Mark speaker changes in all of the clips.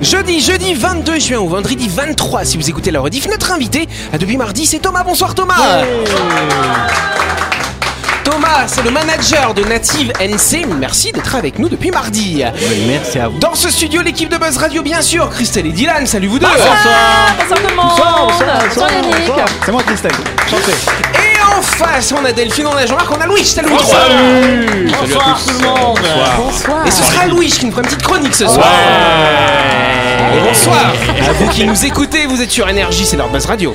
Speaker 1: Jeudi, jeudi 22 juin ou vendredi 23, si vous écoutez la rediff, notre invité à depuis mardi, c'est Thomas. Bonsoir Thomas Thomas, c'est le manager de Native NC. Merci d'être avec nous depuis mardi.
Speaker 2: Oui, merci à vous.
Speaker 1: Dans ce studio, l'équipe de Buzz Radio, bien sûr, Christelle et Dylan, salut vous deux
Speaker 3: Bonsoir, bonsoir tout le monde.
Speaker 2: Bonsoir, bonsoir,
Speaker 3: Bonsoir,
Speaker 2: bonsoir,
Speaker 3: Yannick.
Speaker 2: bonsoir. C'est moi Christelle. Chanté.
Speaker 1: Et en face, on a Delphine, on a Jean-Marc, on a Louis, salut vous trois
Speaker 4: Salut Bonsoir tout le monde
Speaker 3: Bonsoir.
Speaker 1: Et ce sera Louis qui nous fera une petite chronique ce soir Et bonsoir À vous qui nous écoutez, vous êtes sur Énergie, c'est leur Buzz Radio.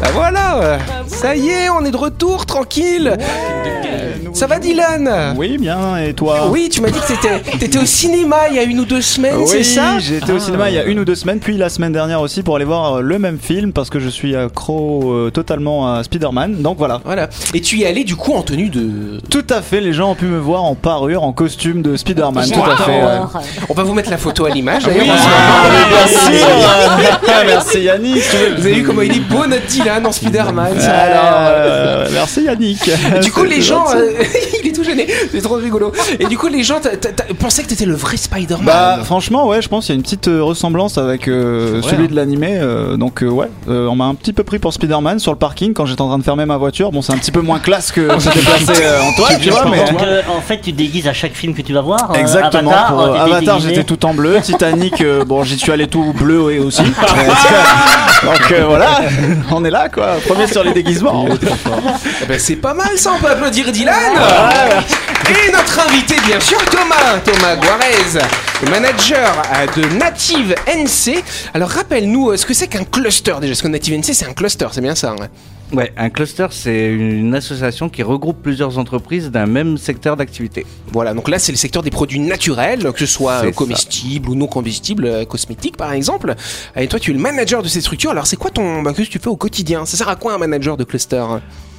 Speaker 1: Bah voilà euh, Ça y est, on est de retour, tranquille Ça va Dylan
Speaker 2: Oui, bien, et toi
Speaker 1: Oui, tu m'as dit que t'étais, t'étais au cinéma il y a une ou deux semaines,
Speaker 2: Oui,
Speaker 1: c'est ça Ah.
Speaker 2: j'ai été au cinéma il y a une ou deux semaines, puis la semaine dernière aussi pour aller voir euh, le même film parce que je suis accro euh, totalement à Spider-Man. Donc voilà.
Speaker 1: Voilà. Et tu y es allé du coup en tenue de...
Speaker 2: Tout à fait, les gens ont pu me voir en parure, en costume de Spider-Man. Tout à fait. ouais.
Speaker 1: On va vous mettre la photo à l'image.
Speaker 2: Ah Oui,
Speaker 1: d'ailleurs.
Speaker 2: bien sûr. Merci Yannick.
Speaker 1: Vous avez vu comment il est beau notre Dylan en Spider-Man ça, alors.
Speaker 2: Euh, merci Yannick.
Speaker 1: Et du coup,
Speaker 2: Ah, C'est
Speaker 1: les gens,
Speaker 2: gentil.
Speaker 1: euh, il est tout gêné, c'est trop rigolo. Et du coup, les gens t'a- t'a- t'a- pensaient que t'étais le vrai Spider-Man.
Speaker 2: Bah franchement ouais je pense qu'il y a une petite euh, ressemblance avec euh, celui de l'animé euh, donc euh, ouais euh, on m'a un petit peu pris pour Spider-Man sur le parking quand j'étais en train de fermer ma voiture bon c'est un petit peu moins classe que se déplacer euh, en toile tu vois mais
Speaker 5: Donc, euh, en fait, tu te déguises à chaque film que tu vas voir. euh,
Speaker 2: Exactement,
Speaker 5: Avatar,
Speaker 2: pour, euh,
Speaker 5: euh, t'étais
Speaker 2: Avatar
Speaker 5: déguisé.
Speaker 2: j'étais tout en bleu, Titanic euh, bon j'y suis allé tout bleu ouais, aussi. Donc euh, voilà, on est là quoi, premier sur les déguisements.
Speaker 1: Eh ben, c'est pas mal ça, on peut applaudir Dylan. Et notre invité, bien sûr, Thomas, Thomas Guarez, le manager euh, de Native NC. Alors rappelle-nous, euh, ce que c'est qu'un cluster déjà Parce que Native NC, c'est un cluster, c'est bien ça hein
Speaker 6: Ouais, un cluster, c'est une association qui regroupe plusieurs entreprises d'un même secteur d'activité.
Speaker 1: Voilà, donc là, c'est le secteur des produits naturels, que ce soit
Speaker 6: C'est
Speaker 1: euh,
Speaker 6: ça.
Speaker 1: comestibles ou non comestibles, euh, cosmétiques par exemple. Et toi, tu es le manager de ces structures. Alors, c'est quoi ton. bah, Qu'est-ce que tu fais au quotidien Ça sert à quoi un manager de cluster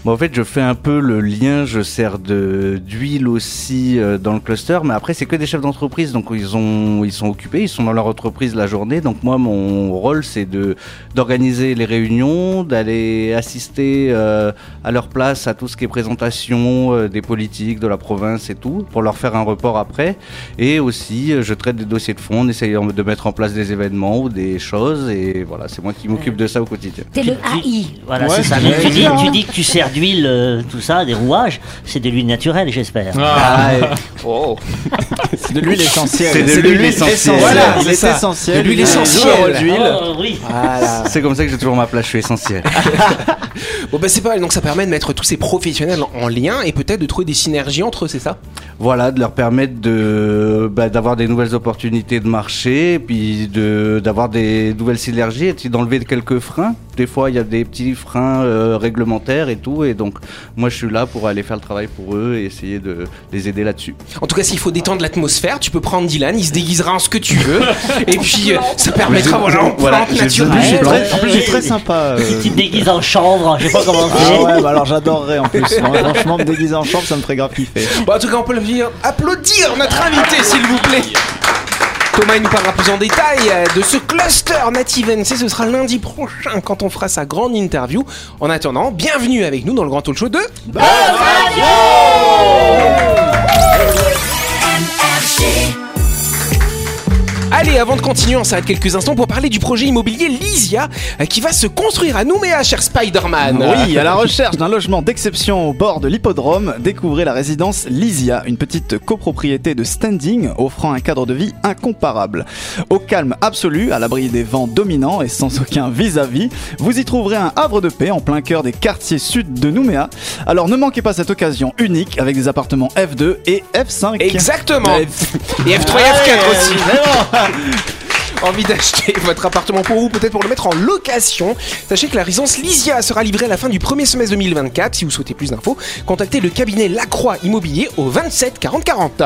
Speaker 6: Bon, en fait, je fais un peu le lien, je sers de d'huile aussi euh, dans le cluster, mais après, c'est que des chefs d'entreprise, donc ils, ont, ils sont occupés, ils sont dans leur entreprise la journée. Donc moi, mon rôle, c'est de d'organiser les réunions, d'aller assister euh, à leur place à tout ce qui est présentation euh, des politiques, de la province et tout, pour leur faire un report après. Et aussi, euh, je traite des dossiers de fonds en essayant de mettre en place des événements ou des choses. Et voilà, c'est moi qui m'occupe de ça au quotidien.
Speaker 7: T'es le AI.
Speaker 5: Voilà,
Speaker 2: Ouais,
Speaker 5: c'est ça.
Speaker 2: c'est
Speaker 5: Mais
Speaker 2: vrai.
Speaker 5: tu, dis, tu dis que tu sers d'huile, euh, tout ça, des rouages. C'est de l'huile naturelle, j'espère.
Speaker 2: Ah, Oh. C'est de l'huile essentielle.
Speaker 6: C'est de l'huile essentielle.
Speaker 2: Voilà,
Speaker 1: C'est
Speaker 2: c'est
Speaker 1: ça.
Speaker 2: essentiel.
Speaker 1: De l'huile
Speaker 2: Il est
Speaker 1: essentielle.
Speaker 2: d'huile.
Speaker 5: Oh, oui.
Speaker 6: C'est comme ça que j'ai toujours ma place, je suis essentiel.
Speaker 1: Bon, bah, c'est pas mal. Donc, ça permet de mettre tous ces professionnels en lien et peut-être de trouver des synergies entre eux, c'est ça
Speaker 6: voilà, de leur permettre de bah, d'avoir des nouvelles opportunités de marché, puis de d'avoir des nouvelles synergies, et puis d'enlever quelques freins. Des fois, il y a des petits freins euh, réglementaires et tout, et donc moi je suis là pour aller faire le travail pour eux et essayer de les aider là-dessus.
Speaker 1: En tout cas, s'il faut détendre l'atmosphère, tu peux prendre Dylan, il se déguisera en ce que tu veux. et puis, euh, ça permettra, voilà, en
Speaker 6: Voilà,
Speaker 1: plante
Speaker 6: j'ai besoin
Speaker 2: En plus, j'ai
Speaker 1: naturelle.
Speaker 2: très- en plus, j'ai très sympa. euh,
Speaker 5: Tu te déguises en chanvre, je sais pas comment
Speaker 2: Ah
Speaker 5: c'est.
Speaker 2: ouais, bah alors j'adorerais en plus. Non, franchement, me déguiser en chambre, ça me ferait grave kiffer.
Speaker 1: Bon, en tout cas, on peut le dire. applaudir notre invité, s'il vous plaît. Thomas il nous parlera plus en détail euh, de ce cluster Native NC. Ce sera lundi prochain quand on fera sa grande interview. En attendant, bienvenue avec nous dans le grand talk show de. Allez, avant de continuer, on s'arrête quelques instants pour parler du projet immobilier Lysia euh, qui va se construire à Nouméa, cher Spider-Man.
Speaker 2: Oui, à la recherche d'un logement d'exception au bord de l'hippodrome, découvrez la résidence Lysia, une petite copropriété de standing offrant un cadre de vie incomparable. Au calme absolu, à l'abri des vents dominants et sans aucun vis-à-vis, vous y trouverez un havre de paix en plein cœur des quartiers sud de Nouméa. Alors ne manquez pas cette occasion unique avec des appartements F2 et F5.
Speaker 1: Exactement.
Speaker 2: Ouais.
Speaker 1: Et F3 et F4 aussi. Envie d'acheter votre appartement pour vous, peut-être pour le mettre en location. Sachez que la résidence Lysia sera livrée à la fin du premier semestre 2024. Si vous souhaitez plus d'infos, contactez le cabinet Lacroix Immobilier au 27 40 40.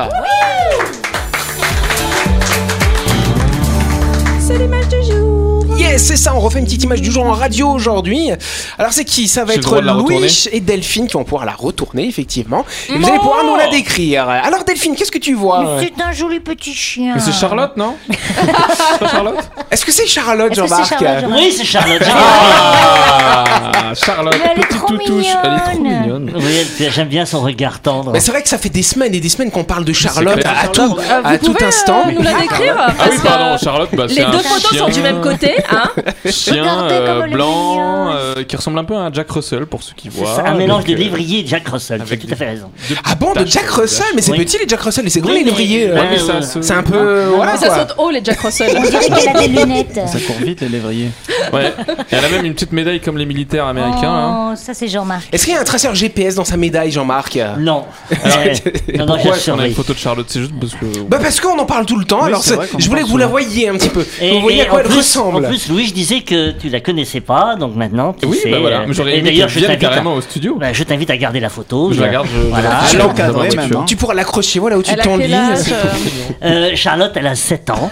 Speaker 1: C'est l'image du jour. Yeah Yes, c'est ça, on refait une petite image du jour en radio aujourd'hui. Alors c'est qui Ça va
Speaker 7: J'ai le
Speaker 1: être
Speaker 7: droit de la retourner
Speaker 1: Louis et Delphine qui vont pouvoir la retourner, effectivement. Et vous
Speaker 3: Non
Speaker 1: allez pouvoir nous la décrire. Alors Delphine, qu'est-ce que tu vois
Speaker 8: Mais C'est un joli petit chien.
Speaker 7: Mais c'est
Speaker 3: Ah.
Speaker 7: Charlotte, non C'est pas Charlotte
Speaker 1: Est-ce que c'est Charlotte,
Speaker 8: Est-ce que c'est
Speaker 1: Jean-Marc
Speaker 8: Charlotte, Jean-Marc
Speaker 5: Oui, c'est Charlotte.
Speaker 7: Ah Charlotte,
Speaker 8: Mais elle est
Speaker 7: petite
Speaker 8: trop
Speaker 7: toutouche. Elle est trop
Speaker 8: mignonne.
Speaker 7: mignonne.
Speaker 5: Oui, elle- j'aime bien son regard tendre.
Speaker 1: Mais c'est vrai que ça fait des semaines et des semaines qu'on parle de Charlotte
Speaker 7: clair.
Speaker 1: à tout,
Speaker 3: Euh, vous
Speaker 1: à tout
Speaker 3: pouvez, euh,
Speaker 1: instant.
Speaker 3: nous la décrire
Speaker 7: Ah oui,
Speaker 3: Parce que,
Speaker 7: pardon, Charlotte, bah, c'est
Speaker 3: Les
Speaker 7: un
Speaker 3: deux photos
Speaker 7: chien,
Speaker 3: sont du même côté, hein
Speaker 1: Ah,
Speaker 7: Chien
Speaker 8: Regardez
Speaker 7: euh,
Speaker 8: comme elle est
Speaker 7: blanc,
Speaker 8: mignonne.
Speaker 7: euh, qui ressemble un peu à un Jack Russell pour ceux qui
Speaker 5: C'est
Speaker 7: voient.
Speaker 5: ça,
Speaker 4: Ah,
Speaker 5: un mélange de
Speaker 7: Donc, euh,
Speaker 5: lévrier et Jack Russell. Tu as
Speaker 7: avec
Speaker 5: tout
Speaker 7: des-
Speaker 5: à fait raison.
Speaker 7: de
Speaker 1: Ah bon, de
Speaker 7: taches,
Speaker 1: Jack
Speaker 7: taches.
Speaker 1: Russell Mais c'est
Speaker 5: Oui.
Speaker 1: petit les Jack Russell et c'est grand
Speaker 5: Oui,
Speaker 1: les
Speaker 5: mais-
Speaker 1: lévriers.
Speaker 7: Ouais, mais
Speaker 5: Ouais,
Speaker 7: ça
Speaker 5: ouais.
Speaker 7: se-
Speaker 1: C'est un peu. Voilà
Speaker 3: Mais ça
Speaker 1: quoi.
Speaker 3: saute haut les Jack Russell.
Speaker 1: Oh,
Speaker 8: On dirait qu'elle a des lunettes.
Speaker 2: Ça court vite, les lévriers.
Speaker 7: Ouais. Et elle a même une petite médaille comme les militaires américains. hein.
Speaker 8: Oh, ça c'est Jean-Marc.
Speaker 1: Est-ce qu'il y a un traceur GPS dans sa médaille, Jean-Marc
Speaker 5: Non. Euh, non, non,
Speaker 7: Pourquoi
Speaker 5: je
Speaker 7: est-ce qu'on a une
Speaker 5: surveille.
Speaker 7: photo de Charlotte C'est juste parce que.
Speaker 1: Bah parce qu'on en parle tout le temps,
Speaker 2: Oui,
Speaker 1: alors
Speaker 2: c'est
Speaker 1: c'est-
Speaker 2: vrai qu'on en
Speaker 1: je voulais
Speaker 2: parle
Speaker 1: que vous la
Speaker 2: souvent.
Speaker 1: voyez un petit peu.
Speaker 5: Et-
Speaker 1: vous voyez à
Speaker 5: et
Speaker 1: quoi
Speaker 5: en
Speaker 1: elle
Speaker 5: plus-
Speaker 1: ressemble.
Speaker 5: En plus, Louis, je disais que tu la connaissais pas, donc maintenant tu
Speaker 7: oui,
Speaker 5: sais.
Speaker 7: bah voilà.
Speaker 5: euh,
Speaker 7: Mais J'aurais
Speaker 5: et
Speaker 7: aimé
Speaker 5: d'ailleurs,
Speaker 7: qu'elle
Speaker 5: je
Speaker 7: vienne
Speaker 5: t'invite à-
Speaker 7: carrément au studio.
Speaker 5: bah, je t'invite à garder la photo.
Speaker 7: Je la garde. Je,
Speaker 5: Voilà.
Speaker 7: je
Speaker 1: Je
Speaker 7: la
Speaker 2: l'encadre,
Speaker 7: garde dans ma
Speaker 2: même,
Speaker 7: voiture.
Speaker 2: hein.
Speaker 1: Tu pourras l'accrocher, voilà, au-dessus
Speaker 3: Elle
Speaker 1: de
Speaker 3: a
Speaker 1: ton lit.
Speaker 3: quel âge euh,
Speaker 5: Euh, Charlotte, elle a 7 ans.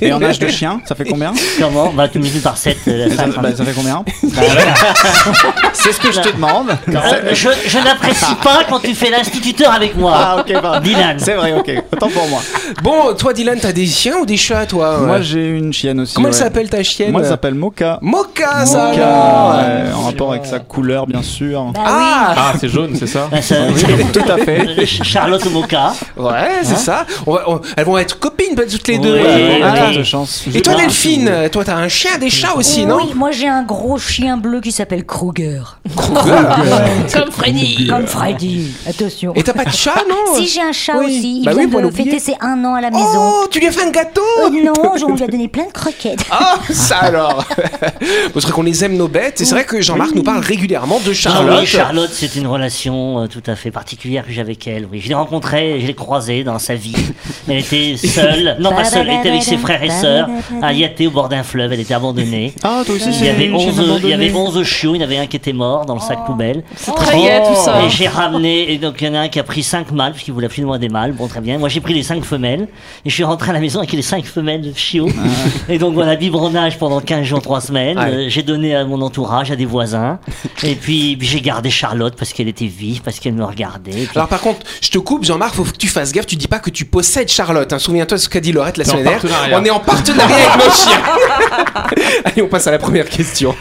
Speaker 2: Et en âge de chien, ça fait combien
Speaker 5: Comment Bah, tu multiplies par 7.
Speaker 2: ça, bah, ça fait combien
Speaker 5: C'est ce que
Speaker 2: Je te demande.
Speaker 5: je, Euh, je n'apprécie pas quand tu fais l'instituteur avec moi.
Speaker 2: Ah, ok, pardon.
Speaker 5: Dylan.
Speaker 2: C'est vrai, ok. Autant pour moi.
Speaker 1: Bon, toi Dylan, t'as des chiens ou des chats, toi
Speaker 2: Moi, j'ai une chienne aussi.
Speaker 1: Comment elle
Speaker 2: ouais.
Speaker 1: s'appelle ta chienne
Speaker 2: Moi, elle s'appelle Mocha.
Speaker 1: Mocha, ça alors
Speaker 2: Mocha, ouais, en rapport avec sa couleur, bien sûr.
Speaker 8: Bah
Speaker 2: Ah
Speaker 1: Ah
Speaker 7: Ah, c'est jaune, c'est ça
Speaker 5: Bah, ça-
Speaker 2: Tout à fait.
Speaker 5: Euh, Ch- Charlotte Moka.
Speaker 1: Ouais, c'est ça. On va- on- elles vont être copines bah, toutes les deux.
Speaker 5: Oui,
Speaker 1: Ouais.
Speaker 5: oui.
Speaker 1: Ah.
Speaker 2: de chance.
Speaker 1: Et toi
Speaker 5: Ah,
Speaker 1: Delphine, toi t'as un chien, des chats aussi, non
Speaker 8: Oh, Oui, moi j'ai un gros chien bleu qui s'appelle Kruger.
Speaker 3: Comme Freddy
Speaker 8: Comme Freddy. Attention.
Speaker 1: Et t'as pas de chat, non
Speaker 8: Si j'ai un chat
Speaker 1: Oui.
Speaker 8: aussi, il
Speaker 1: Bah oui,
Speaker 8: vient
Speaker 1: pour
Speaker 8: de
Speaker 1: l'oublier.
Speaker 8: fêter ses un an à la maison.
Speaker 1: Oh, tu lui as fait un gâteau
Speaker 8: Oh non, on lui a donné plein de croquettes.
Speaker 1: Ah, ça alors Vous vrai qu'on les aime nos bêtes, et c'est vrai que Jean-Marc nous parle régulièrement de
Speaker 5: Ah oui,
Speaker 1: Charlotte.
Speaker 5: Charlotte, c'est une relation euh, tout à fait particulière que j'ai avec elle. Oui, je l'ai rencontrée, je l'ai croisée dans sa vie. Elle était seule, non pas seule, elle était avec ses frères et sœurs, à Yaté au bord d'un fleuve, elle était abandonnée.
Speaker 2: Ah, toi aussi,
Speaker 5: Il y
Speaker 2: c'est
Speaker 5: avait
Speaker 2: une chienne
Speaker 5: 11, il y
Speaker 2: abandonnée.
Speaker 5: avait 11 chiots, il y en avait un qui était mort dans le sac poubelle. Oh.
Speaker 3: Oh. C'est très gai tout ça.
Speaker 5: Et j'ai ramené, et donc il y en a un qui a pris 5 mâles, puisqu'il voulait absolument des mâles. Bon, très bien. Moi, j'ai pris les 5 femelles, et je suis rentré à la maison avec les 5 femelles de chiots.
Speaker 1: Ah.
Speaker 5: et donc, voilà, biberonnage pendant 15 jours, 3 semaines.
Speaker 2: Ouais.
Speaker 5: Euh, j'ai donné à mon entourage, à des voisins. et puis, j'ai gardé Charlotte parce qu'elle était vive, parce qu'elle me regardait. Et puis-
Speaker 1: Alors par contre, je te coupe, Jean-Marc, faut que tu fasses gaffe, tu dis pas que tu possèdes Charlotte. hein. Souviens-toi de ce qu'a dit Laurette la
Speaker 7: C'est en
Speaker 1: semaine dernière.
Speaker 7: partenariat.
Speaker 1: On est en partenariat avec nos chiens. Allez, on passe à la première question.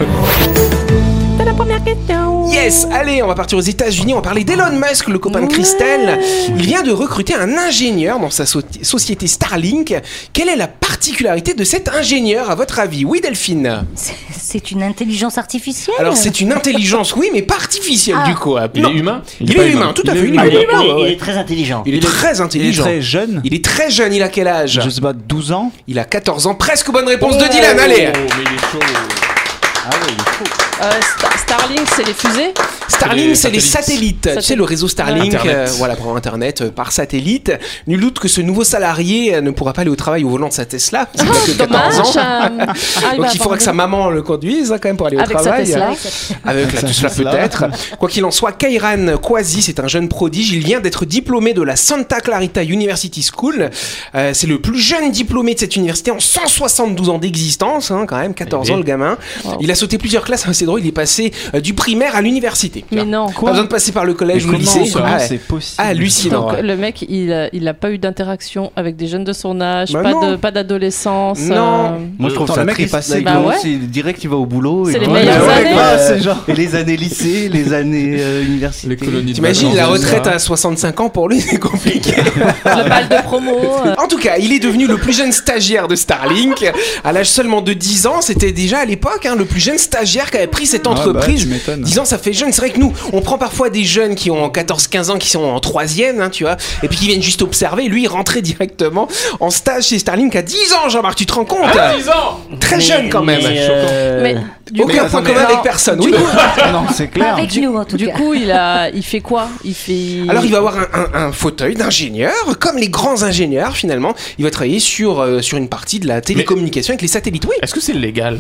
Speaker 1: Yes, allez, on va partir aux États-Unis. On va parler d'Elon Musk, le copain de Christelle. Il vient de recruter un ingénieur dans sa so- société Starlink. Quelle est la particularité de cet ingénieur, à votre avis Oui, Delphine.
Speaker 8: C'est- C'est une intelligence artificielle.
Speaker 1: Alors, c'est une intelligence, oui, mais pas artificielle,
Speaker 8: Ah.
Speaker 1: du coup. hein.
Speaker 7: Il
Speaker 1: Non.
Speaker 7: est humain
Speaker 1: Il, est,
Speaker 7: pas
Speaker 1: humain, tout à fait.
Speaker 5: Ah, il, est,
Speaker 1: humain.
Speaker 5: il est-
Speaker 1: Ouais, ouais,
Speaker 5: il
Speaker 1: ouais.
Speaker 5: est très intelligent.
Speaker 1: Il est très
Speaker 2: Il est
Speaker 1: intelligent.
Speaker 2: très jeune.
Speaker 1: Il est très jeune, il a quel âge
Speaker 2: Je sais pas, 12 ans
Speaker 1: Il a 14 ans, presque bonne réponse de Dylan, allez
Speaker 7: Oh, mais il est chaud
Speaker 5: Ah,
Speaker 3: Euh, Star- Starlink, c'est les fusées.
Speaker 1: Ah, Starlink, c'est
Speaker 7: C'est
Speaker 1: les
Speaker 7: les
Speaker 1: satellites. Tu sais, le réseau Starlink,
Speaker 7: Internet.
Speaker 1: euh, voilà, pour Internet euh, par satellite. Nul doute que ce nouveau salarié euh, ne pourra pas aller au travail au volant de sa Tesla, parce qu'il a que 14
Speaker 3: Ah, Oh,
Speaker 1: ans.
Speaker 3: Dommage. euh, ah,
Speaker 1: Donc
Speaker 3: va
Speaker 1: il faudra que sa
Speaker 3: abandonner.
Speaker 1: maman le conduise hein, quand même pour aller au
Speaker 3: Avec sa
Speaker 1: travail. hein.
Speaker 3: Tesla.
Speaker 1: Avec la
Speaker 2: Avec sa
Speaker 1: Tesla
Speaker 2: Tesla.
Speaker 1: peut-être. Quoi qu'il en soit, Kairan Kwasi, c'est un jeune prodige. Il vient d'être diplômé de la Santa Clarita University School. Euh, c'est le plus jeune diplômé de cette université en 172 ans d'existence, hein, quand même, 14 ans le gamin. Il a sauté plusieurs classes, hein, c'est drôle, il est passé euh, du primaire à l'université.
Speaker 3: Mais non.
Speaker 1: Pas besoin de passer par le collège ou le
Speaker 2: Comment-
Speaker 1: lycée.
Speaker 2: comment
Speaker 1: Ah, ouais.
Speaker 2: c'est possible
Speaker 1: Hallucinant.
Speaker 3: Donc
Speaker 1: ouais.
Speaker 3: le mec, il a, il a pas eu d'interaction avec des jeunes de son âge,
Speaker 1: Bah
Speaker 3: pas
Speaker 1: non.
Speaker 3: de pas d'adolescence.
Speaker 1: Non.
Speaker 3: euh,
Speaker 6: Moi je trouve
Speaker 2: Attends,
Speaker 6: ça
Speaker 2: le mec
Speaker 6: triste.
Speaker 2: est passé
Speaker 6: avec
Speaker 3: Bah
Speaker 6: le-
Speaker 3: ouais.
Speaker 6: c'est direct il va au boulot. et
Speaker 3: C'est les
Speaker 6: voilà.
Speaker 3: meilleures
Speaker 6: Ouais,
Speaker 3: années.
Speaker 6: grave,
Speaker 2: Ah,
Speaker 6: c'est
Speaker 2: c'est genre.
Speaker 6: euh, Et les années lycée, les années euh, université.
Speaker 7: Les colonies de
Speaker 1: T'imagines la
Speaker 7: vacances,
Speaker 1: retraite
Speaker 7: ça.
Speaker 1: à 65 ans pour lui, c'est compliqué.
Speaker 3: Le bal de promo. euh,
Speaker 1: En tout cas, il est devenu le plus jeune stagiaire de Starlink. À l'âge seulement de 10 ans, c'était déjà à l'époque hein, le plus jeune stagiaire qui avait pris cette entreprise.
Speaker 2: Ah bah, tu m'étonnes.
Speaker 1: 10 ans, ça fait jeune. C'est vrai que nous, on prend parfois des jeunes qui ont 14-15 ans, qui sont en troisième, hein, tu vois, et puis qui viennent juste observer. Lui, il rentrait directement en stage chez Starlink à 10 ans, Jean-Marc, tu te rends compte hein.
Speaker 7: Ah, 10 ans
Speaker 1: Très
Speaker 5: Mais-
Speaker 1: jeune quand même.
Speaker 5: mais, euh,
Speaker 3: Mais Du
Speaker 1: Aucun
Speaker 2: Ah,
Speaker 3: coup-
Speaker 1: point commun avec personne.
Speaker 3: Du
Speaker 1: oui.
Speaker 3: coup-
Speaker 2: non, c'est
Speaker 8: Pas
Speaker 2: clair.
Speaker 8: avec nous en tout
Speaker 3: Du
Speaker 8: cas.
Speaker 3: coup, il a, il fait quoi Il fait.
Speaker 1: Alors il va avoir un, un- un fauteuil d'ingénieur, comme les grands ingénieurs finalement. Il va travailler sur, euh, sur une partie de la télécommunication avec les satellites. Oui.
Speaker 4: Est-ce que c'est légal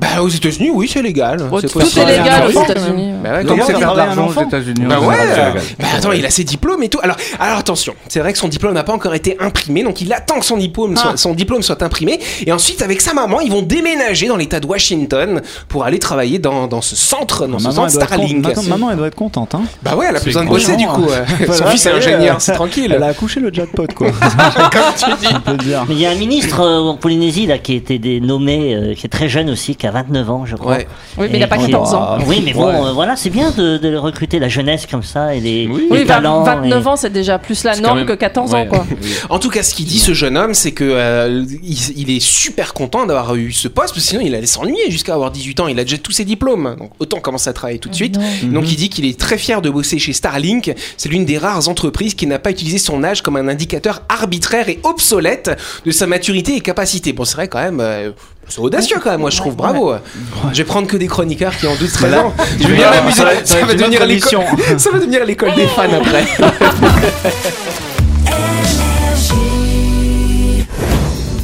Speaker 1: Bah aux États-Unis, oui, c'est légal. C'est
Speaker 3: tout
Speaker 1: possible.
Speaker 3: est légal
Speaker 1: Bah
Speaker 3: aux
Speaker 1: ouais,
Speaker 3: États-Unis.
Speaker 1: comment ça
Speaker 6: Comment faire de
Speaker 2: parler à un
Speaker 6: l'argent aux
Speaker 2: enfant
Speaker 6: États-Unis
Speaker 1: Bah
Speaker 6: en
Speaker 1: ouais.
Speaker 6: général, c'est légal.
Speaker 1: Bah attends, il a ses diplômes et tout. Alors, alors attention, c'est vrai que son diplôme n'a pas encore été imprimé, donc il attend que son diplôme,
Speaker 3: Ah.
Speaker 1: soit, son diplôme soit imprimé. Et ensuite, avec sa maman, ils vont déménager dans l'État de Washington pour aller travailler dans, dans ce centre, dans ce
Speaker 2: Ah,
Speaker 1: centre
Speaker 2: maman, elle doit être
Speaker 1: Starlink.
Speaker 2: con- Maman, maman, elle doit être contente. Hein.
Speaker 1: Bah ouais, elle a
Speaker 4: C'est
Speaker 1: besoin de
Speaker 4: grand.
Speaker 1: bosser du coup. euh. son
Speaker 2: Voilà,
Speaker 1: fils est
Speaker 2: ça y est,
Speaker 1: ingénieur,
Speaker 2: euh,
Speaker 1: c'est tranquille.
Speaker 2: Elle a accouché le jackpot, quoi. On peut dire.
Speaker 5: Mais il y a un ministre euh, en Polynésie là, qui a été dé- nommé, euh, qui est très jeune aussi, qui a 29 ans, je crois.
Speaker 1: Ouais.
Speaker 3: Oui, mais il a pas
Speaker 5: Et qui-
Speaker 3: 14 ans.
Speaker 5: Oui, mais bon, euh, voilà, c'est bien de, de recruter la jeunesse comme ça et les,
Speaker 4: Oui.
Speaker 5: les
Speaker 3: Oui, vingt-
Speaker 5: talents.
Speaker 3: 29
Speaker 5: et-
Speaker 3: ans, c'est déjà plus la
Speaker 4: C'est quand
Speaker 3: norme
Speaker 4: même-
Speaker 3: que 14 ans,
Speaker 4: Ouais.
Speaker 3: quoi.
Speaker 1: En tout cas, ce qu'il dit ce jeune homme, c'est que euh, il, il est super content d'avoir eu ce poste, parce que sinon il allait s'ennuyer jusqu'à avoir 18 ans. Il a déjà tous ses diplômes, donc autant commencer à travailler tout de suite.
Speaker 2: Mhm.
Speaker 1: Donc il dit qu'il est très fier de bosser chez Starlink. C'est l'une des rares entreprises qui n'a pas utilisé son âge comme un indicateur arbitraire et obsolète de sa maturité et capacité. Bon, c'est vrai quand même. euh, c'est audacieux quand même, moi je trouve, bravo. Je vais prendre que des chroniqueurs qui ont 12 13 ans. Je vais bien
Speaker 2: verras,
Speaker 1: m'amuser.
Speaker 2: ça va- ça va
Speaker 1: Ah, Ça
Speaker 2: être
Speaker 1: va
Speaker 2: une
Speaker 1: devenir
Speaker 2: autre
Speaker 1: l'école-
Speaker 2: émission.
Speaker 1: ça va devenir l'école des fans après.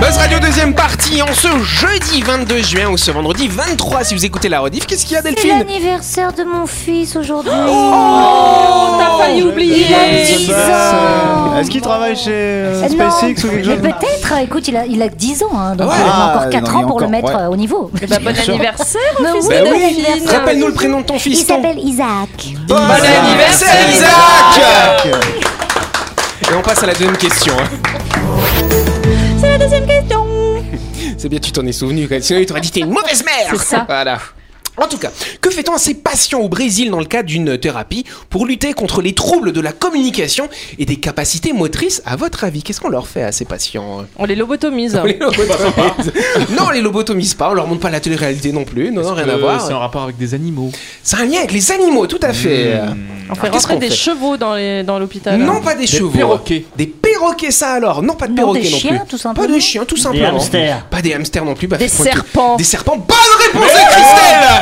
Speaker 1: Buzz Radio deuxième partie en ce jeudi 22 juin ou ce vendredi 23 si vous écoutez la rediff. Qu'est-ce qu'il y a
Speaker 8: C'est
Speaker 1: Delphine
Speaker 8: l'anniversaire de mon fils aujourd'hui.
Speaker 3: Oh, t'as failli oublier
Speaker 8: Il a 10 ans.
Speaker 2: Est-ce qu'il travaille chez euh,
Speaker 8: Euh, non,
Speaker 2: SpaceX ou quelque
Speaker 8: mais
Speaker 2: chose
Speaker 8: peut-être, écoute, il a, il a que 10 ans, hein, donc
Speaker 1: Ah ouais.
Speaker 8: il a
Speaker 2: Ah,
Speaker 8: encore 4
Speaker 2: non, il
Speaker 8: ans
Speaker 2: y a
Speaker 8: pour le
Speaker 2: encore,
Speaker 8: mettre
Speaker 2: ouais.
Speaker 8: euh, au niveau.
Speaker 3: Bah, bon anniversaire,
Speaker 8: Mais
Speaker 3: fils
Speaker 8: oui,
Speaker 3: de
Speaker 8: bon
Speaker 3: Delphine.
Speaker 8: anniversaire.
Speaker 1: Ben Rappelle-nous le prénom de ton
Speaker 8: Il
Speaker 1: fils. ton-
Speaker 8: s'appelle Isaac.
Speaker 1: Bon anniversaire Isaac Et on passe à la deuxième question.
Speaker 8: C'est la deuxième question.
Speaker 1: C'est bien tu t'en es souvenu quand même, sinon il t'aurait dit t'es une mauvaise mère
Speaker 3: C'est ça.
Speaker 1: Voilà. En tout cas, que fait-on à ces patients au Brésil dans le cadre d'une thérapie pour lutter contre les troubles de la communication et des capacités motrices À votre avis, qu'est-ce qu'on leur fait à ces patients
Speaker 3: On les lobotomise.
Speaker 1: On les lobotomise. non, on les lobotomise pas, on leur montre pas la télé-réalité non plus, non, non, rien à
Speaker 4: Euh,
Speaker 1: voir.
Speaker 4: C'est en rapport avec des animaux.
Speaker 1: C'est un lien avec les animaux, tout à fait.
Speaker 3: On
Speaker 1: Alors,
Speaker 3: fait
Speaker 1: qu'est-ce
Speaker 3: rentrer
Speaker 1: qu'on
Speaker 3: des
Speaker 1: fait
Speaker 3: chevaux dans les- dans l'hôpital.
Speaker 1: Non, pas des, chevaux. hein.
Speaker 4: perroquets.
Speaker 1: Des perroquets, ça alors. Non, pas de
Speaker 8: Non,
Speaker 1: perroquets
Speaker 8: des
Speaker 1: non
Speaker 8: chiens,
Speaker 1: plus.
Speaker 8: tout simplement.
Speaker 1: Pas de chiens, tout simplement.
Speaker 5: hamsters.
Speaker 1: Pas des hamsters non plus. Bah,
Speaker 3: Des
Speaker 1: faites-moi tout.
Speaker 3: serpents.
Speaker 1: Des serpents. Bonne réponse de Christelle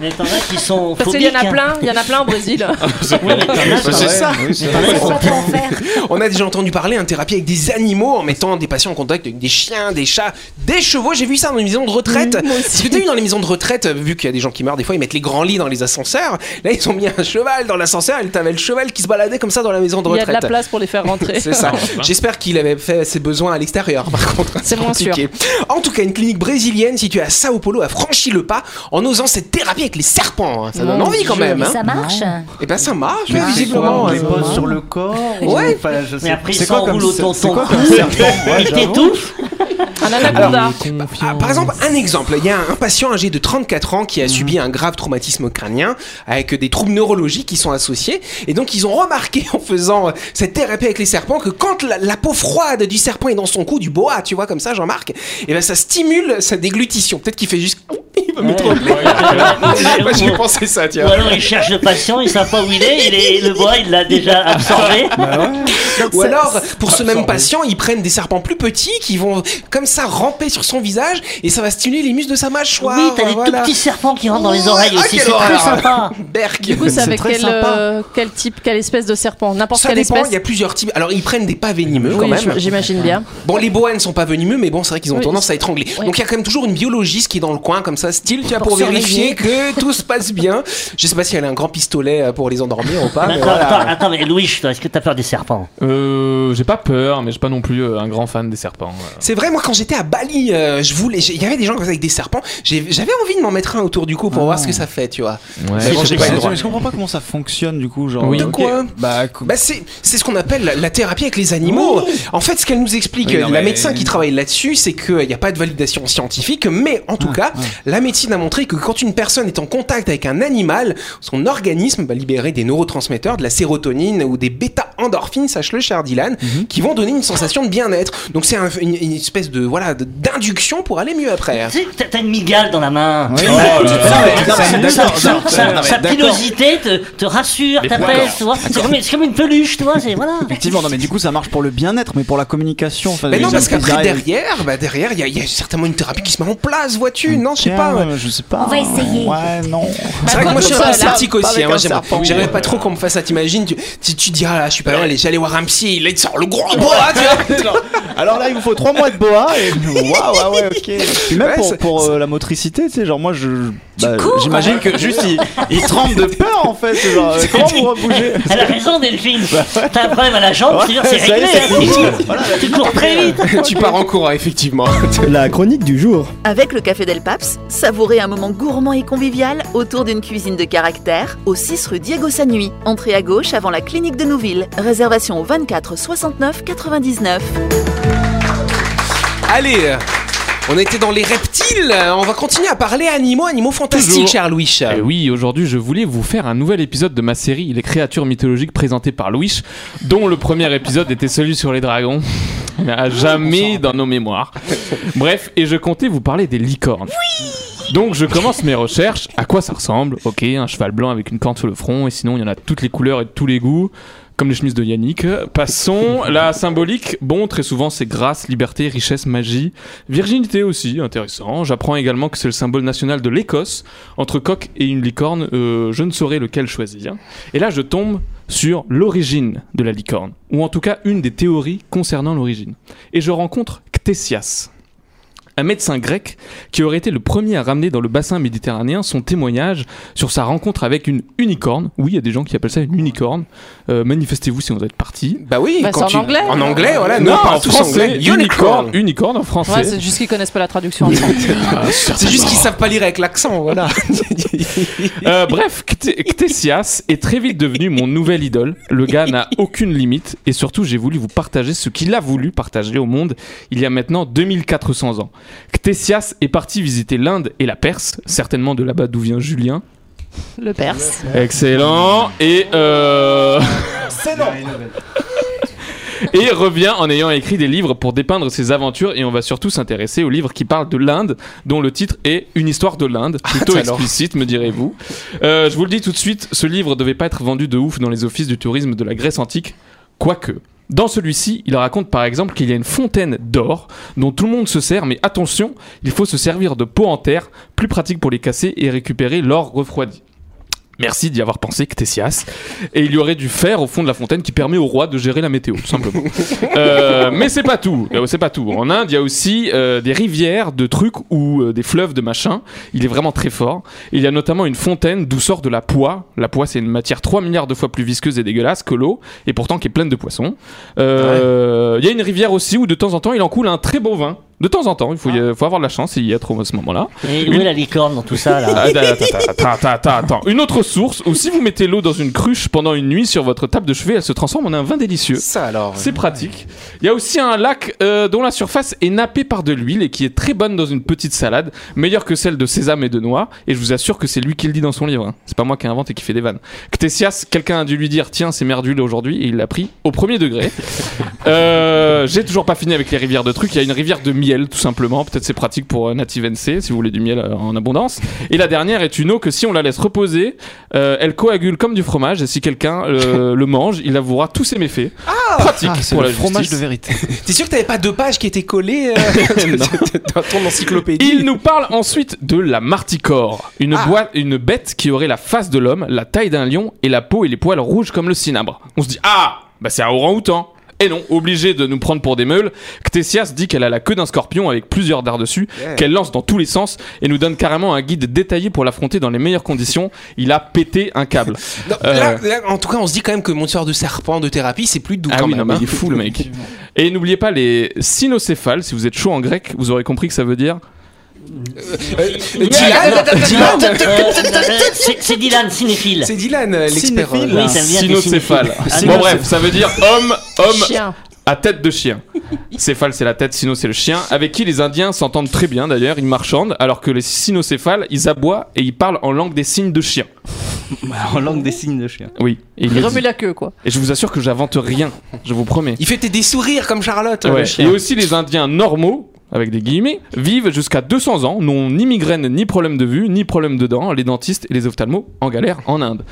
Speaker 5: Mais t'en as qui sont
Speaker 3: Parce qu'il y en a
Speaker 5: phobiques, hein.
Speaker 3: plein, il y en a plein au Brésil.
Speaker 5: Ouais, mais t'en as
Speaker 2: Ah
Speaker 5: qui sont-
Speaker 1: ça.
Speaker 8: C'est pas pour en faire.
Speaker 1: On a déjà entendu parler un thérapie avec des animaux en mettant des patients en contact avec des chiens, des chats, des chevaux. J'ai vu ça dans les maisons de retraite. Parce que t'as vu dans les maisons de retraite, euh, vu qu'il y a des gens qui meurent, des fois ils mettent les grands lits dans les ascenseurs. Là, ils ont mis un cheval dans l'ascenseur et t'avais le cheval qui se baladait comme ça dans la maison de
Speaker 3: Il y a
Speaker 1: retraite.
Speaker 3: de la place pour les faire rentrer.
Speaker 1: C'est ça. J'espère qu'il avait fait ses besoins à l'extérieur, par contre.
Speaker 3: C'est moins sûr.
Speaker 1: compliqué. En tout cas, une clinique brésilienne située à Sao Paulo a franchi le pas en osant cette thérapie avec les serpents. Ça donne
Speaker 8: Mon
Speaker 1: envie quand
Speaker 8: Dieu,
Speaker 1: même.
Speaker 8: mais
Speaker 1: hein.
Speaker 8: Ça marche.
Speaker 1: Et ben ça marche,
Speaker 6: Mais c'est quoi,
Speaker 1: visiblement.
Speaker 6: on les
Speaker 1: hein.
Speaker 6: pose sur le corps ou-
Speaker 1: Ouais.
Speaker 6: Enfin, je sais
Speaker 5: Mais après,
Speaker 2: C'est
Speaker 5: ils
Speaker 2: quoi comme-
Speaker 5: s'enroulent
Speaker 2: c'est-
Speaker 5: autour de
Speaker 2: c'est
Speaker 5: ton
Speaker 2: quoi
Speaker 5: cou,
Speaker 2: comme serpent Ouais,
Speaker 5: ils
Speaker 2: j'avoue.
Speaker 5: t'étouffent.
Speaker 3: Un anaconda.
Speaker 1: Ah, par exemple, un exemple, il y a un patient âgé de 34 ans qui a subi un grave traumatisme crânien avec des troubles neurologiques qui sont associés. Et donc, ils ont remarqué en faisant euh, cette thérapie avec les serpents que quand la, la peau froide du serpent est dans son cou, du boa, tu vois, comme ça, Jean-Marc, et ben ça stimule sa déglutition. Peut-être qu'il fait juste. Il va m'étrangler. Moi, j'ai pensé ça,
Speaker 5: Ou
Speaker 1: tiens.
Speaker 5: alors ils cherchent le patient, ils savent pas où il est, il est- le bois il l'a déjà absorbé.
Speaker 2: Bah,
Speaker 1: Ou alors, pour ce même patient, ils prennent des serpents plus petits qui vont comme ça ramper sur son visage et ça va stimuler les muscles de sa mâchoire.
Speaker 5: Oui, t'as des
Speaker 1: Voilà.
Speaker 5: tout petits serpents qui rentrent dans les
Speaker 1: Ouh,
Speaker 5: oreilles
Speaker 1: ah,
Speaker 5: aussi,
Speaker 1: quelle
Speaker 5: c'est très
Speaker 1: horreur.
Speaker 5: sympa.
Speaker 1: Berk.
Speaker 3: Du coup,
Speaker 2: C'est
Speaker 3: c'est avec
Speaker 2: très
Speaker 3: quel,
Speaker 2: sympa.
Speaker 3: euh, quel type, quelle espèce de serpent N'importe
Speaker 1: Ça
Speaker 3: quelle
Speaker 1: dépend,
Speaker 3: espèce
Speaker 1: il y a plusieurs types. Alors, ils prennent des pas venimeux
Speaker 3: Oui,
Speaker 1: quand même.
Speaker 3: je- j'imagine bien.
Speaker 1: Bon, les boas ne sont pas venimeux, mais bon, c'est vrai qu'ils ont
Speaker 3: Oui,
Speaker 1: tendance
Speaker 3: ils-
Speaker 1: à étrangler.
Speaker 3: ouais.
Speaker 1: Donc, il y a quand même toujours une biologiste qui est dans le coin, comme ça, style, tu vois, pour,
Speaker 3: Pour
Speaker 1: vérifier
Speaker 3: surveiller.
Speaker 1: que tout se passe bien. Je sais pas si elle a un grand pistolet euh, pour les endormir ou
Speaker 2: Ah,
Speaker 1: pas.
Speaker 5: Mais
Speaker 1: mais
Speaker 5: attends,
Speaker 1: voilà.
Speaker 5: attends, attends, mais Louis, toi, est-ce que t'as peur des serpents
Speaker 4: Euh, j'ai pas peur, mais je suis pas non plus euh, un grand fan des serpents. euh.
Speaker 1: C'est vrai, moi quand j'étais à Bali, euh, je voulais, j'ai- il y avait des gens comme ça avec des serpents. J'ai- J'avais envie de m'en mettre un autour du cou pour voir ce que ça fait, tu vois.
Speaker 4: Ouais.
Speaker 1: Mais bon,
Speaker 2: Je
Speaker 1: j'ai
Speaker 2: sais
Speaker 1: pas
Speaker 2: pas,
Speaker 1: le droit.
Speaker 2: mais je comprends pas comment ça fonctionne du coup, genre.
Speaker 4: Oui. De
Speaker 2: ok.
Speaker 1: quoi
Speaker 2: Bah, co-
Speaker 1: Bah c'est c'est ce qu'on appelle la, la thérapie avec les animaux. En fait, ce qu'elle nous explique,
Speaker 2: Oui, non,
Speaker 1: la
Speaker 2: mais-
Speaker 1: euh,
Speaker 2: Ah,
Speaker 1: médecin qui travaille là-dessus, c'est qu'il n'y a pas de validation scientifique, mais en tout cas, la médecine a montré que quand une personne est en contact avec un animal, son organisme va libérer des neurotransmetteurs, de la sérotonine ou des bêta-endorphines, sache-le, cher Dylan,
Speaker 2: Mhm.
Speaker 1: qui vont donner une sensation de bien-être. Donc c'est un- une, une espèce de voilà de- d'induction pour aller mieux après.
Speaker 5: Tu sais, Ah, t'as- t'as une migale dans la main.
Speaker 1: Oui.
Speaker 5: Oh
Speaker 1: Oh là là.
Speaker 2: Ah,
Speaker 5: là
Speaker 1: Non, mais
Speaker 5: là. Sa-
Speaker 1: d'accord,
Speaker 5: sa-
Speaker 1: non, non,
Speaker 5: Sa
Speaker 1: mais
Speaker 5: sa
Speaker 1: d'accord.
Speaker 5: pilosité te, te rassure,
Speaker 2: Mais
Speaker 5: t'apaise,
Speaker 2: d'accord.
Speaker 5: tu vois. C'est comme, c'est comme une peluche, tu vois. C'est voilà.
Speaker 2: Effectivement, non, mais du coup, ça marche pour le bien-être, mais pour la communication. enfin,
Speaker 1: Mais
Speaker 2: les
Speaker 1: non,
Speaker 2: gens
Speaker 1: parce
Speaker 2: qui
Speaker 1: qu'après,
Speaker 2: arrivent-
Speaker 1: derrière, bah, derrière, il y, a- il y a certainement une thérapie qui se met en place, vois-tu Non, je sais
Speaker 2: Tiens,
Speaker 1: pas.
Speaker 2: euh, Je sais pas.
Speaker 8: On va essayer.
Speaker 2: Ouais, non.
Speaker 1: C'est vrai que moi je suis un
Speaker 2: Pas
Speaker 1: peu
Speaker 2: avec un
Speaker 1: sceptique aussi, hein,
Speaker 2: serpent.
Speaker 1: moi, j'aime- j'aimerais pas trop qu'on me fasse ça, t'imagines tu, tu, tu dis ah là je suis pas loin, allez j'allais voir un psy, là il te sort le gros boa, tu vois Genre,
Speaker 2: Alors là, il vous faut 3 mois de boa et waouh, ah ouais, ok. Puis même
Speaker 1: Ouais,
Speaker 2: pour,
Speaker 1: c'est-
Speaker 2: pour, euh, la motricité, tu sais, genre moi, je bah,
Speaker 8: cours,
Speaker 2: j'imagine que juste il, il tremble de peur en fait. Genre, euh, comment vous rebouger
Speaker 5: Elle a raison, Delphine. T'as un problème à la jambe,
Speaker 2: Ouais,
Speaker 5: c'est sûr, c'est
Speaker 2: ça y
Speaker 5: réglé.
Speaker 2: est, c'est
Speaker 5: hein.
Speaker 2: fini.
Speaker 5: Tu- Tu cours très vite.
Speaker 1: Tu pars en courant, effectivement.
Speaker 9: La chronique du jour.
Speaker 10: Avec le Café Del Paps, savourez un moment gourmand et convivial autour d'une cuisine de caractère au 6 rue Diego Sanui. Entrée à gauche avant la clinique de Nouville. Réservation au 24 69 99.
Speaker 1: Allez, euh, on était dans les reptiles, euh, on va continuer à parler animaux, animaux fantastiques,
Speaker 4: Toujours.
Speaker 1: cher Louis.
Speaker 4: Eh oui, aujourd'hui, je voulais vous faire un nouvel épisode de ma série Les créatures mythologiques présentées par Louis, dont le premier épisode était celui sur les dragons. À jamais dans nos mémoires. Bref, et je comptais vous parler des licornes. Donc je commence mes recherches. À quoi ça ressemble Ok, un cheval blanc avec une corne sur le front, et sinon il y en a de toutes les couleurs et de tous les goûts, comme les chemises de Yannick. Passons. La symbolique, bon, très souvent c'est grâce, liberté, richesse, magie. Virginité aussi, intéressant. J'apprends également que c'est le symbole national de l'Écosse. Entre coq et une licorne, euh, je ne saurais lequel choisir. Et là je tombe sur l'origine de la licorne, ou en tout cas une des théories concernant l'origine. Et je rencontre Ctesias un médecin grec qui aurait été le premier à ramener dans le bassin méditerranéen son témoignage sur sa rencontre avec une unicorne. Oui, il y a des gens qui appellent ça une unicorne. Euh, Manifestez-vous si vous êtes parti.
Speaker 1: Bah oui,
Speaker 3: Bah,
Speaker 1: quand
Speaker 3: c'est
Speaker 1: tu...
Speaker 3: en anglais.
Speaker 1: En anglais, voilà, nous on parle tous anglais.
Speaker 4: Unicorne,
Speaker 1: Unicorn.
Speaker 4: unicorne en
Speaker 3: Ouais,
Speaker 4: français.
Speaker 3: c'est juste qu'ils connaissent pas la traduction. en français.
Speaker 1: C'est juste qu'ils savent pas lire avec l'accent, voilà.
Speaker 4: Euh, bref, Cté- Ctesias est très vite devenu mon nouvel idole. Le gars n'a aucune limite et surtout j'ai voulu vous partager ce qu'il a voulu partager au monde il y a maintenant 2400 ans. Ctesias est parti visiter l'Inde et la Perse, certainement de là-bas d'où vient Julien.
Speaker 3: Le Perse.
Speaker 4: Excellent et euh... Et revient en ayant écrit des livres pour dépeindre ses aventures et on va surtout s'intéresser au livre qui parle de l'Inde, dont le titre est Une histoire de l'Inde, plutôt
Speaker 1: alors.
Speaker 4: explicite me direz-vous. Euh, je vous le dis tout de suite, ce livre devait pas être vendu de ouf dans les offices du tourisme de la Grèce antique, quoique. Dans celui-ci, il raconte par exemple qu'il y a une fontaine d'or dont tout le monde se sert, mais attention, il faut se servir de pots en terre, plus pratique pour les casser et récupérer l'or refroidi. Merci d'y avoir pensé, Ctesias. Et il y aurait du fer au fond de la fontaine qui permet au roi de gérer la météo, tout simplement. Euh, mais c'est pas tout. Euh, C'est pas tout. En Inde, il y a aussi euh, des rivières de trucs ou euh, des fleuves de machin. Il est vraiment très fort. Il y a notamment une fontaine d'où sort de la poix. La poix, c'est une matière 3 milliards de fois plus visqueuse et dégueulasse que l'eau, et pourtant qui est pleine de poissons. Euh, Il y a une rivière aussi où de temps en temps, il en coule un très bon vin. De temps en temps, il faut, y- faut avoir de la chance, il y a trop à ce moment-là.
Speaker 5: Et où est la licorne dans tout ça, là
Speaker 4: Ah, Attends, attends, attends, attends, attends. Une autre source où si vous mettez l'eau dans une cruche pendant une nuit sur votre table de chevet, elle se transforme en un vin délicieux.
Speaker 1: Ça alors.
Speaker 4: C'est pratique. Il y a aussi un lac euh, dont la surface est nappée par de l'huile et qui est très bonne dans une petite salade, meilleure que celle de sésame et de noix. Et je vous assure que c'est lui qui le dit dans son livre. hein. C'est pas moi qui invente et qui fait des vannes. Ctesias, quelqu'un a dû lui dire Tiens, c'est merdule aujourd'hui. Et il l'a pris au premier degré. Euh, J'ai toujours pas fini avec les rivières de trucs. Il y a une rivière de miel, tout simplement. Peut-être c'est pratique pour euh, Native NC si vous voulez du miel euh, en abondance. Et la dernière est une eau que si on la laisse reposer, euh, elle coagule comme du fromage. Et si quelqu'un euh, le mange, il avouera tous ses méfaits. pratique
Speaker 2: Ah, c'est
Speaker 4: pour
Speaker 2: le
Speaker 4: la
Speaker 2: fromage
Speaker 4: justice.
Speaker 2: de vérité.
Speaker 1: T'es sûr que t'avais pas deux pages qui étaient collées euh, dans ton encyclopédie
Speaker 4: Il nous parle ensuite de la marticore, une,
Speaker 1: Ah.
Speaker 4: boi- une bête qui aurait la face de l'homme, la taille d'un lion et la peau et les poils rouges comme le cinabre. On se dit ah, bah c'est un orang-outan. Et non, obligé de nous prendre pour des meules, Ctesias dit qu'elle a la queue d'un scorpion avec plusieurs dards dessus,
Speaker 1: Yeah.
Speaker 4: qu'elle lance dans tous les sens et nous donne carrément un guide détaillé pour l'affronter dans les meilleures conditions. Il a pété un câble.
Speaker 1: Non,
Speaker 4: Euh.
Speaker 1: là, là, en tout cas, on se dit quand même que mon sort de serpent de thérapie, c'est plus doux
Speaker 4: Ah
Speaker 1: quand
Speaker 4: oui,
Speaker 1: même.
Speaker 4: non, mais
Speaker 1: hein.
Speaker 4: il est fou le mec. Et n'oubliez pas les cynocéphales, si vous êtes chaud en grec, vous aurez compris que ça veut dire
Speaker 1: Euh, Dylan, Dylan,
Speaker 5: Euh, C'est c'est Dylan, cinéphile.
Speaker 1: c'est Dylan, euh, l'expert.
Speaker 2: Cinéphile.
Speaker 1: euh,
Speaker 5: Oui, ça vient des
Speaker 4: cynocéphale.
Speaker 5: cinéphiles. Ah,
Speaker 4: bon
Speaker 5: non,
Speaker 4: bref, ça veut dire homme, homme,
Speaker 3: Chien.
Speaker 4: à tête de chien. Céphale, c'est la tête, sino, c'est le chien, avec qui les Indiens s'entendent très bien d'ailleurs, ils marchandent, alors que les sinocéphales, ils aboient et ils parlent en langue des signes de chien.
Speaker 6: En langue des signes de chien.
Speaker 4: Oui. Et, il
Speaker 3: Il
Speaker 4: le
Speaker 3: remue
Speaker 4: dit.
Speaker 3: la queue, quoi.
Speaker 4: Et je vous assure que j'invente rien, je vous promets.
Speaker 1: Il fait des sourires comme Charlotte.
Speaker 4: Ouais.
Speaker 1: le chien.
Speaker 4: Et aussi les Indiens normaux, avec des guillemets, vivent jusqu'à 200 ans, n'ont ni migraine, ni problème de vue, ni problème de dents, les dentistes et les ophtalmos en galère en Inde.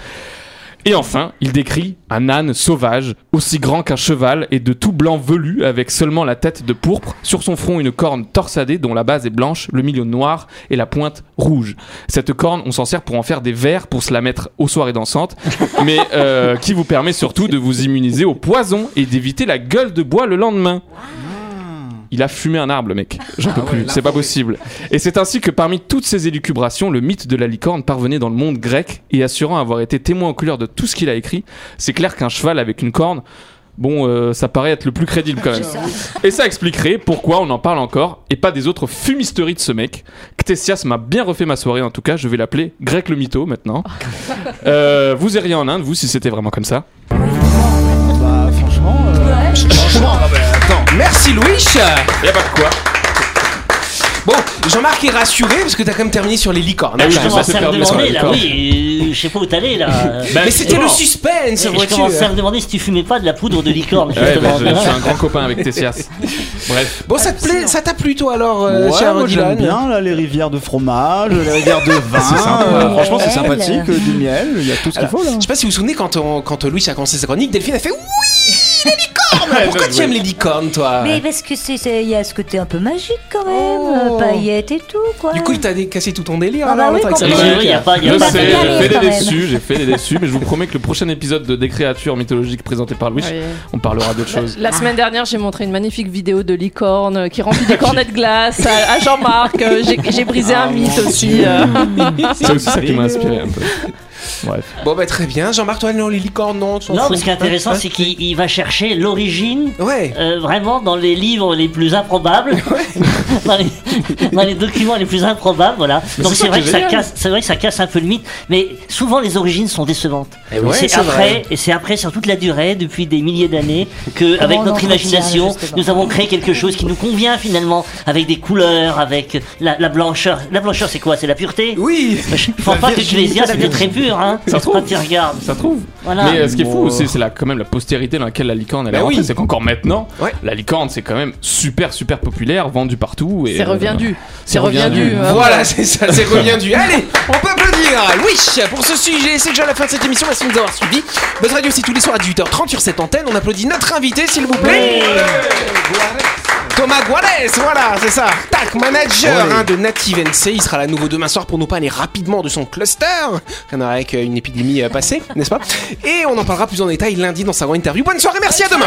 Speaker 4: Et enfin, il décrit un âne sauvage, aussi grand qu'un cheval et de tout blanc velu, avec seulement la tête de pourpre, sur son front une corne torsadée dont la base est blanche, le milieu noir et la pointe rouge. Cette corne, on s'en sert pour en faire des verres, pour se la mettre aux soirées dansantes, mais euh, qui vous permet surtout de vous immuniser au poison et d'éviter la gueule de bois le lendemain. Il a fumé un arbre, le mec. J'en
Speaker 1: Ah
Speaker 4: peux plus. C'est pas possible. Et c'est ainsi que parmi toutes ces élucubrations, le mythe de la licorne parvenait dans le monde grec et assurant avoir été témoin oculaire de tout ce qu'il a écrit, c'est clair qu'un cheval avec une corne, bon, euh, ça paraît être le plus crédible quand même. Et ça expliquerait pourquoi on en parle encore et pas des autres fumisteries de ce mec. Ctesias m'a bien refait ma soirée en tout cas, je vais l'appeler Grec le mytho maintenant. Euh, vous iriez en Inde, vous, si c'était vraiment comme ça.
Speaker 2: Bah, franchement. euh,
Speaker 1: Franchement, ah bah, attends. Merci Louis. Eh
Speaker 4: Y
Speaker 1: ben,
Speaker 4: a pas de quoi.
Speaker 1: Bon, Jean-Marc est rassuré parce que t'as quand même terminé sur les licornes.
Speaker 4: Ah oui,
Speaker 5: Je
Speaker 1: Quand même.
Speaker 5: commence
Speaker 4: ça,
Speaker 5: à
Speaker 4: c'est
Speaker 5: me demander
Speaker 4: permis,
Speaker 5: là,
Speaker 4: d'accord.
Speaker 5: oui, euh, je sais pas où t'allais là.
Speaker 4: Bah,
Speaker 1: Mais c'était
Speaker 5: Et
Speaker 1: le
Speaker 5: bon,
Speaker 1: suspense,
Speaker 5: Je
Speaker 1: vois-tu.
Speaker 5: commence à me demander si tu fumais pas de la poudre de licorne
Speaker 4: Ouais, bah,
Speaker 5: justement.
Speaker 4: je, je suis un grand copain avec Tessias. Bref.
Speaker 1: euh. Bon, ça te plaît, ça t'a plu toi alors, euh,
Speaker 2: ouais,
Speaker 1: cher
Speaker 2: moi,
Speaker 1: Dylan
Speaker 2: j'aime bien là, les rivières de fromage, les rivières de vin.
Speaker 1: sympa.
Speaker 2: euh, franchement, c'est
Speaker 8: Ouais.
Speaker 2: sympathique. euh, Du miel, il y a tout ce qu'il faut là.
Speaker 1: Je sais pas si vous vous souvenez quand, on- quand Louis a commencé sa chronique, Delphine a fait Oui, les licornes Pourquoi tu aimes les licornes, toi
Speaker 8: Mais parce que c'est, c'est- il y a ce côté un peu magique quand même,
Speaker 1: Oh.
Speaker 8: euh, paillettes et tout quoi.
Speaker 1: Du coup, il t'a dé- cassé tout ton délire
Speaker 8: Ah bah
Speaker 1: alors,
Speaker 8: oui,
Speaker 1: l'autre, avec sa
Speaker 4: Et
Speaker 8: complètement.
Speaker 1: chronique.
Speaker 5: Il y a pas, il y a
Speaker 4: Je
Speaker 8: pas
Speaker 4: sais,
Speaker 8: de
Speaker 4: j'ai
Speaker 8: galère,
Speaker 4: fait des
Speaker 8: quand même.
Speaker 4: déçus, j'ai fait des déçus, mais je vous promets que le prochain épisode de Des créatures mythologiques présenté par Louis,
Speaker 3: Ouais.
Speaker 4: on parlera d'autre chose.
Speaker 3: La semaine dernière, j'ai montré une magnifique vidéo de licorne euh, qui remplit des cornets de glace à, à Jean-Marc. Euh, J'ai j'ai brisé un mythe aussi. euh.
Speaker 4: C'est aussi ça qui m'a inspiré un peu. Bref.
Speaker 1: Bon, bah très bien. Jean-Marc, toi, non, les licornes, non, tu t'en
Speaker 5: Non,
Speaker 1: fous.
Speaker 5: mais ce qui est intéressant, c'est qu'il il va chercher l'origine
Speaker 1: Ouais.
Speaker 5: euh, vraiment dans les livres les plus improbables, dans, les, dans les documents les plus improbables, voilà.
Speaker 4: Mais
Speaker 5: Donc
Speaker 4: c'est
Speaker 5: c'est
Speaker 4: ça
Speaker 5: vrai
Speaker 4: qui
Speaker 5: que
Speaker 4: est
Speaker 5: ça
Speaker 4: génial.
Speaker 5: casse, c'est vrai que ça casse un peu le mythe, mais souvent les origines sont décevantes.
Speaker 1: Eh ouais,
Speaker 5: c'est
Speaker 1: c'est vrai.
Speaker 5: après, et c'est après sur toute la durée, depuis des milliers d'années, que avec
Speaker 8: on en
Speaker 5: notre
Speaker 8: retient,
Speaker 5: imagination,
Speaker 8: justement.
Speaker 5: nous avons créé quelque chose qui nous convient finalement, avec des couleurs, avec la, la blancheur. La blancheur, c'est quoi C'est la pureté.
Speaker 1: Oui
Speaker 5: Je pense pas que Tulésia c'était très pur, hein.
Speaker 4: Ça se trouve.
Speaker 5: Quand tu regardes,
Speaker 4: Ça trouve.
Speaker 5: voilà.
Speaker 4: Mais euh, ce qui est fou
Speaker 6: Bon.
Speaker 4: aussi, c'est la- quand même la postérité dans laquelle la licorne elle est
Speaker 1: Bah
Speaker 4: rentrée.
Speaker 1: oui.
Speaker 4: C'est qu'encore maintenant,
Speaker 1: Ouais.
Speaker 4: la licorne c'est quand même super super populaire, vendue partout. et,
Speaker 3: C'est
Speaker 4: euh,
Speaker 3: reviendu. C'est
Speaker 4: reviendu.
Speaker 3: reviendu. hein.
Speaker 1: Voilà, c'est ça, c'est reviendu. Allez, on peut applaudir Louis pour ce sujet. C'est déjà la fin de cette émission. Merci de nous avoir suivis. Buzz Radio, c'est tous les soirs à 18h30 sur cette antenne. On applaudit notre invité, s'il vous plaît. Thomas Guares, voilà, c'est ça. Tac, manager hein, de Native NC. Il sera là à nouveau demain soir pour nous parler rapidement de son cluster. Rien à voir avec euh, une épidémie euh, passée, n'est-ce pas Et on en parlera plus en détail lundi dans sa grande interview. Bonne soirée, merci à demain.